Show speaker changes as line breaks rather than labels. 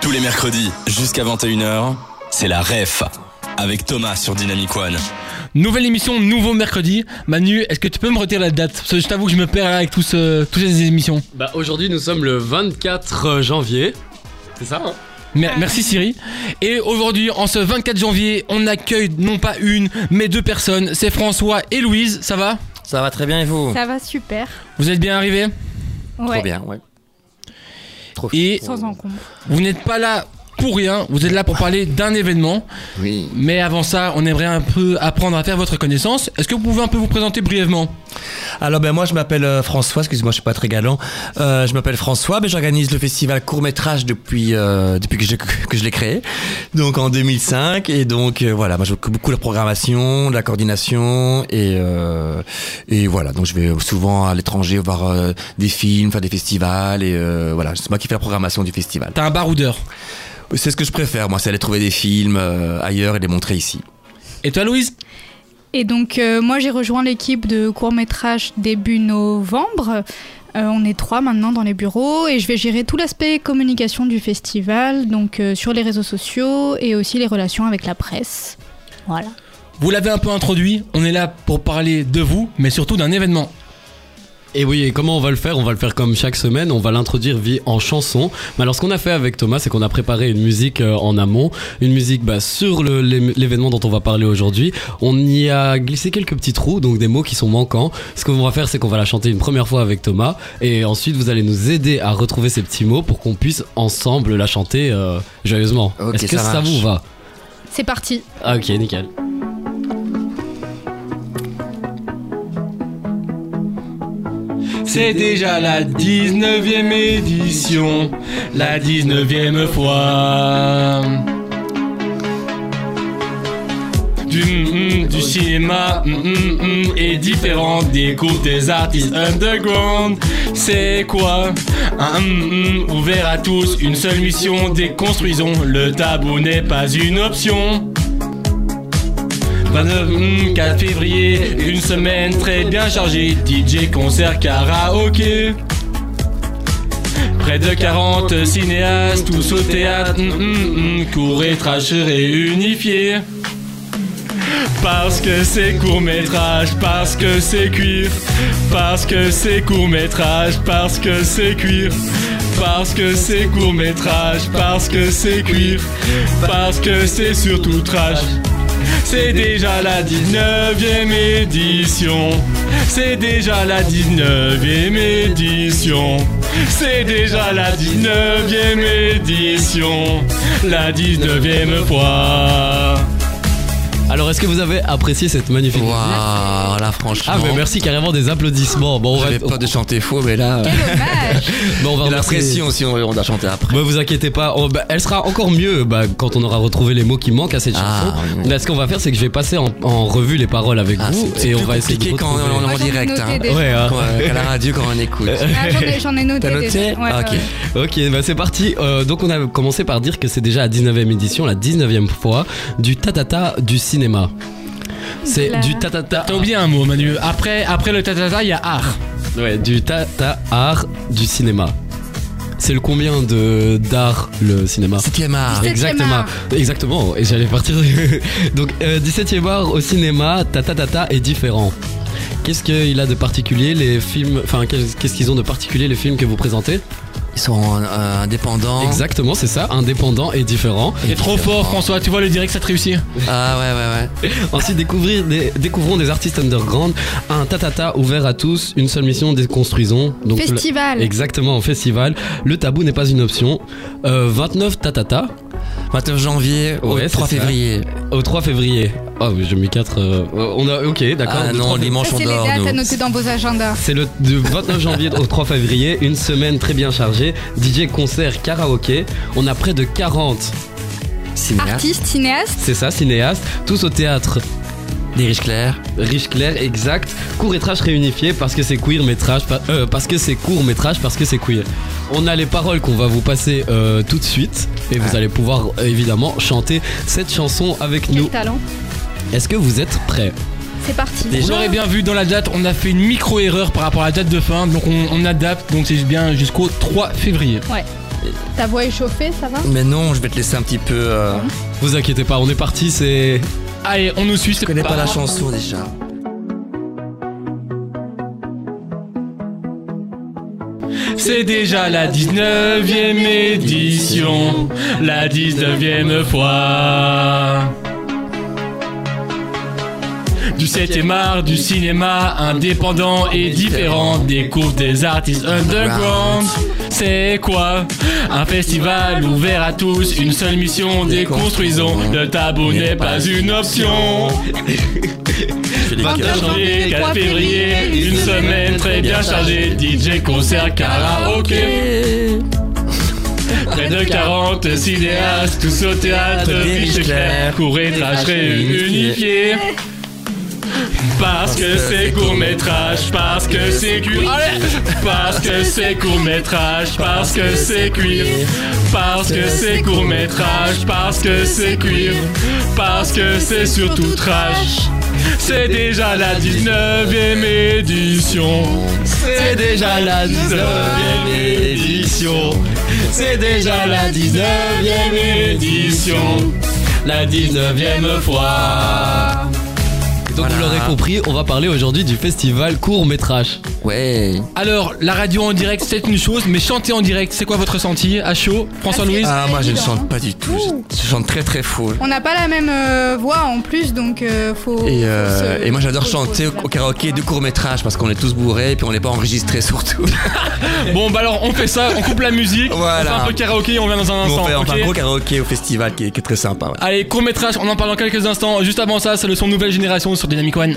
Tous les mercredis, jusqu'à 21h, c'est la REF. Avec Thomas sur Dynamic One.
Nouvelle émission, nouveau mercredi. Manu, est-ce que tu peux me retirer la date Parce que je t'avoue que je me perds avec tous ce- toutes ces émissions.
Bah aujourd'hui nous sommes le 24 janvier. C'est ça hein
Mer- merci Siri. Et aujourd'hui, en ce 24 janvier, on accueille non pas une, mais deux personnes. C'est François et Louise, ça va
Ça va très bien et vous
Ça va super.
Vous êtes bien arrivés
Ouais.
Trop bien, ouais. Trop
Et
Sans encombre.
vous n'êtes pas là pour rien, vous êtes là pour parler d'un événement.
Oui.
Mais avant ça, on aimerait un peu apprendre à faire votre connaissance. Est-ce que vous pouvez un peu vous présenter brièvement
Alors ben moi je m'appelle euh, François, excuse-moi je suis pas très galant. Euh, je m'appelle François, ben j'organise le festival court métrage depuis euh, depuis que je que je l'ai créé, donc en 2005 et donc euh, voilà, moi je m'occupe beaucoup de la programmation, de la coordination et euh, et voilà donc je vais souvent à l'étranger voir euh, des films, faire des festivals et euh, voilà c'est moi qui fais la programmation du festival.
T'as un baroudeur.
C'est ce que je préfère moi, c'est aller trouver des films euh, ailleurs et les montrer ici.
Et toi, Louise
Et donc, euh, moi, j'ai rejoint l'équipe de court-métrage début novembre. Euh, on est trois maintenant dans les bureaux et je vais gérer tout l'aspect communication du festival, donc euh, sur les réseaux sociaux et aussi les relations avec la presse. Voilà.
Vous l'avez un peu introduit, on est là pour parler de vous, mais surtout d'un événement.
Et oui, et comment on va le faire On va le faire comme chaque semaine, on va l'introduire vie en chanson. Mais alors ce qu'on a fait avec Thomas, c'est qu'on a préparé une musique euh, en amont, une musique bah, sur le- l'é- l'événement dont on va parler aujourd'hui. On y a glissé quelques petits trous, donc des mots qui sont manquants. Ce qu'on va faire, c'est qu'on va la chanter une première fois avec Thomas, et ensuite vous allez nous aider à retrouver ces petits mots pour qu'on puisse ensemble la chanter euh, joyeusement.
Ok,
Est-ce que
ça
ça,
marche.
vous va
C'est parti.
Ah, Ok, nickel.
C'est déjà la 19e édition, la 19e fois. Du, mm, mm, du cinéma mm, mm, mm, est différent des cours des artistes underground. C'est quoi Un mm, mm, ouvert à tous, une seule mission, déconstruisons. Le tabou n'est pas une option. 29, mm, 4 février, une semaine très bien chargée, DJ, concert, karaoké. Près de 40 cinéastes, tous au théâtre, mm, mm, mm, court et trash réunifiés. Parce que c'est court métrage, parce que c'est cuir, parce que c'est court métrage, parce que c'est cuir, parce que c'est court métrage, parce que c'est cuir, parce que c'est surtout trash. C'est déjà la 19e édition. C'est déjà la 19e édition. C'est déjà la 19e édition. La 19e fois.
Alors, est-ce que vous avez apprécié cette magnifique musique
Waouh, là franchement.
Ah mais merci carrément des applaudissements. Bon on va,
J'avais peur de chanter faux, mais là. euh,
Dommage.
bon, on va
il y a la
remercier-
pression si on, on a chanté après.
Bah, vous inquiétez pas, on- bah, elle sera encore mieux bah, quand on aura retrouvé les mots qui manquent à cette
Ah,
chanson.
oui.
Là, ce qu'on va faire, c'est que je vais passer en, en revue les paroles avec
Ah,
vous
c'est- c'est
et on
plus
va essayer de
compliqué quand
retrouver.
on est en
Moi, Ah, j'en ai
direct.
noté
hein.
des-
Ouais, hein.
Quand, euh, à la radio, quand on écoute.
Ah, j'en ai- J'en ai noté.
T'as noté
déjà. Ouais,
Ah,
ouais,
ok.
ouais.
Ok, bah c'est parti. Euh, donc on a commencé par dire que c'est déjà la 19e édition, la 19e fois du tatata du cinéma. C'est
Là.
du tatata.
T'as oublié un mot, Manu. Après, après le tatata, il y a art.
Ouais, du tata art du cinéma. C'est le combien de d'art le cinéma
Septième art.
17e
Exactement,
art.
exactement, et j'allais partir. Donc, euh, 17e art au cinéma, Tata Tata est différent. Qu'est-ce qu'il a de particulier les films, enfin, qu'est- qu'est-ce qu'ils ont de particulier les films que vous présentez
Ils sont euh,
Hein?
indépendants.
Exactement, c'est ça, indépendant et différent.
T'es trop fort, François. Tu vois le direct, ça te réussit.
Ah ouais, ouais, ouais.
Ensuite, découvrir des, découvrons des artistes underground, un tatata ouvert à tous, une seule mission, déconstruisons. Donc, le-
Festival.
Exactement, en festival. Le tabou n'est pas une option. Euh, 29 tatata
29 janvier au
Ouais,
3
c'est ça.
février.
au 3 février. Oh, mais j'ai mis 4. on a, ok, d'accord.
Ah
du 3
non,
février.
dimanche
Ça,
on
c'est les
dort.
dates
nous.
à noter dans vos agendas.
C'est le du 29 janvier au 3 février, une semaine très bien chargée. DJ, concert, karaoké. On a près de 40,
Cinéaste.
Artiste, cinéaste.
c'est ça, cinéastes, tous au théâtre.
Des riches clairs.
Riche clair, exact. Court métrage réunifié parce que c'est queer métrage, pa- euh, parce que c'est court métrage, parce que c'est queer. On a les paroles qu'on va vous passer euh, tout de suite et vous
Ah.
allez pouvoir euh, évidemment chanter cette chanson avec
Quel
nous.
talent.
Est-ce que vous êtes prêts
C'est parti.
Vous l'aurez bien vu dans la date, on a fait une micro-erreur par rapport à la date de fin. Donc, on, on adapte. Donc, c'est bien jusqu'au 3 février.
Ouais. Ta voix est chauffée, ça va
Mais non, je vais te laisser un petit peu. euh,
Vous inquiétez pas, on est parti, c'est.
Allez, on nous suit,
Je
c'est
connais pas la chanson déjà.
C'est déjà la 19e édition, la 19e fois. Du 7e art, du cinéma indépendant et différent, découvre des artistes underground. C'est quoi Un festival ouvert à tous, une seule mission, déconstruisons. Le tabou n'est pas une option.
Je les
4 janvier, 4 février, une semaine très bien chargée, DJ, concert, karaoké. Près de 40 cinéastes, tous au théâtre, fiche claire, courez, trash réunifié. Parce que c'est court métrage, parce que c'est cuir. Allez Parce que c'est court métrage, parce que c'est cuir. Parce que c'est court métrage, parce que c'est cuir. Parce que c'est surtout trash. C'est déjà la 19ème édition. C'est déjà la 19ème édition. C'est déjà la 19ème édition. La 19ème fois.
Donc vous l'aurez compris, on va parler aujourd'hui du festival court métrage.
Ouais.
Alors, la radio en direct, c'est une chose, mais chanter en direct, c'est quoi votre ressenti À chaud, François-Louise
Ah, moi je ne
évident, hein.
chante pas du tout. Je, je chante très très faux.
On n'a pas la même euh, voix en plus, donc euh, faut.
Et, euh,
faut se-
et moi j'adore
faut- faut
chanter au,
se-
au karaoké de court métrage parce qu'on est tous bourrés et puis on n'est pas enregistrés surtout.
Bon, bah alors, on fait ça, on coupe la musique,
Voilà.
on fait un peu karaoké, on vient dans un
Mais
instant.
on fait on fait
ok
un gros karaoké au festival qui est, qui est très sympa. ouais.
Allez, court métrage, on en parle dans quelques instants. Juste avant ça, c'est le son Nouvelle Génération sur Dynamic One.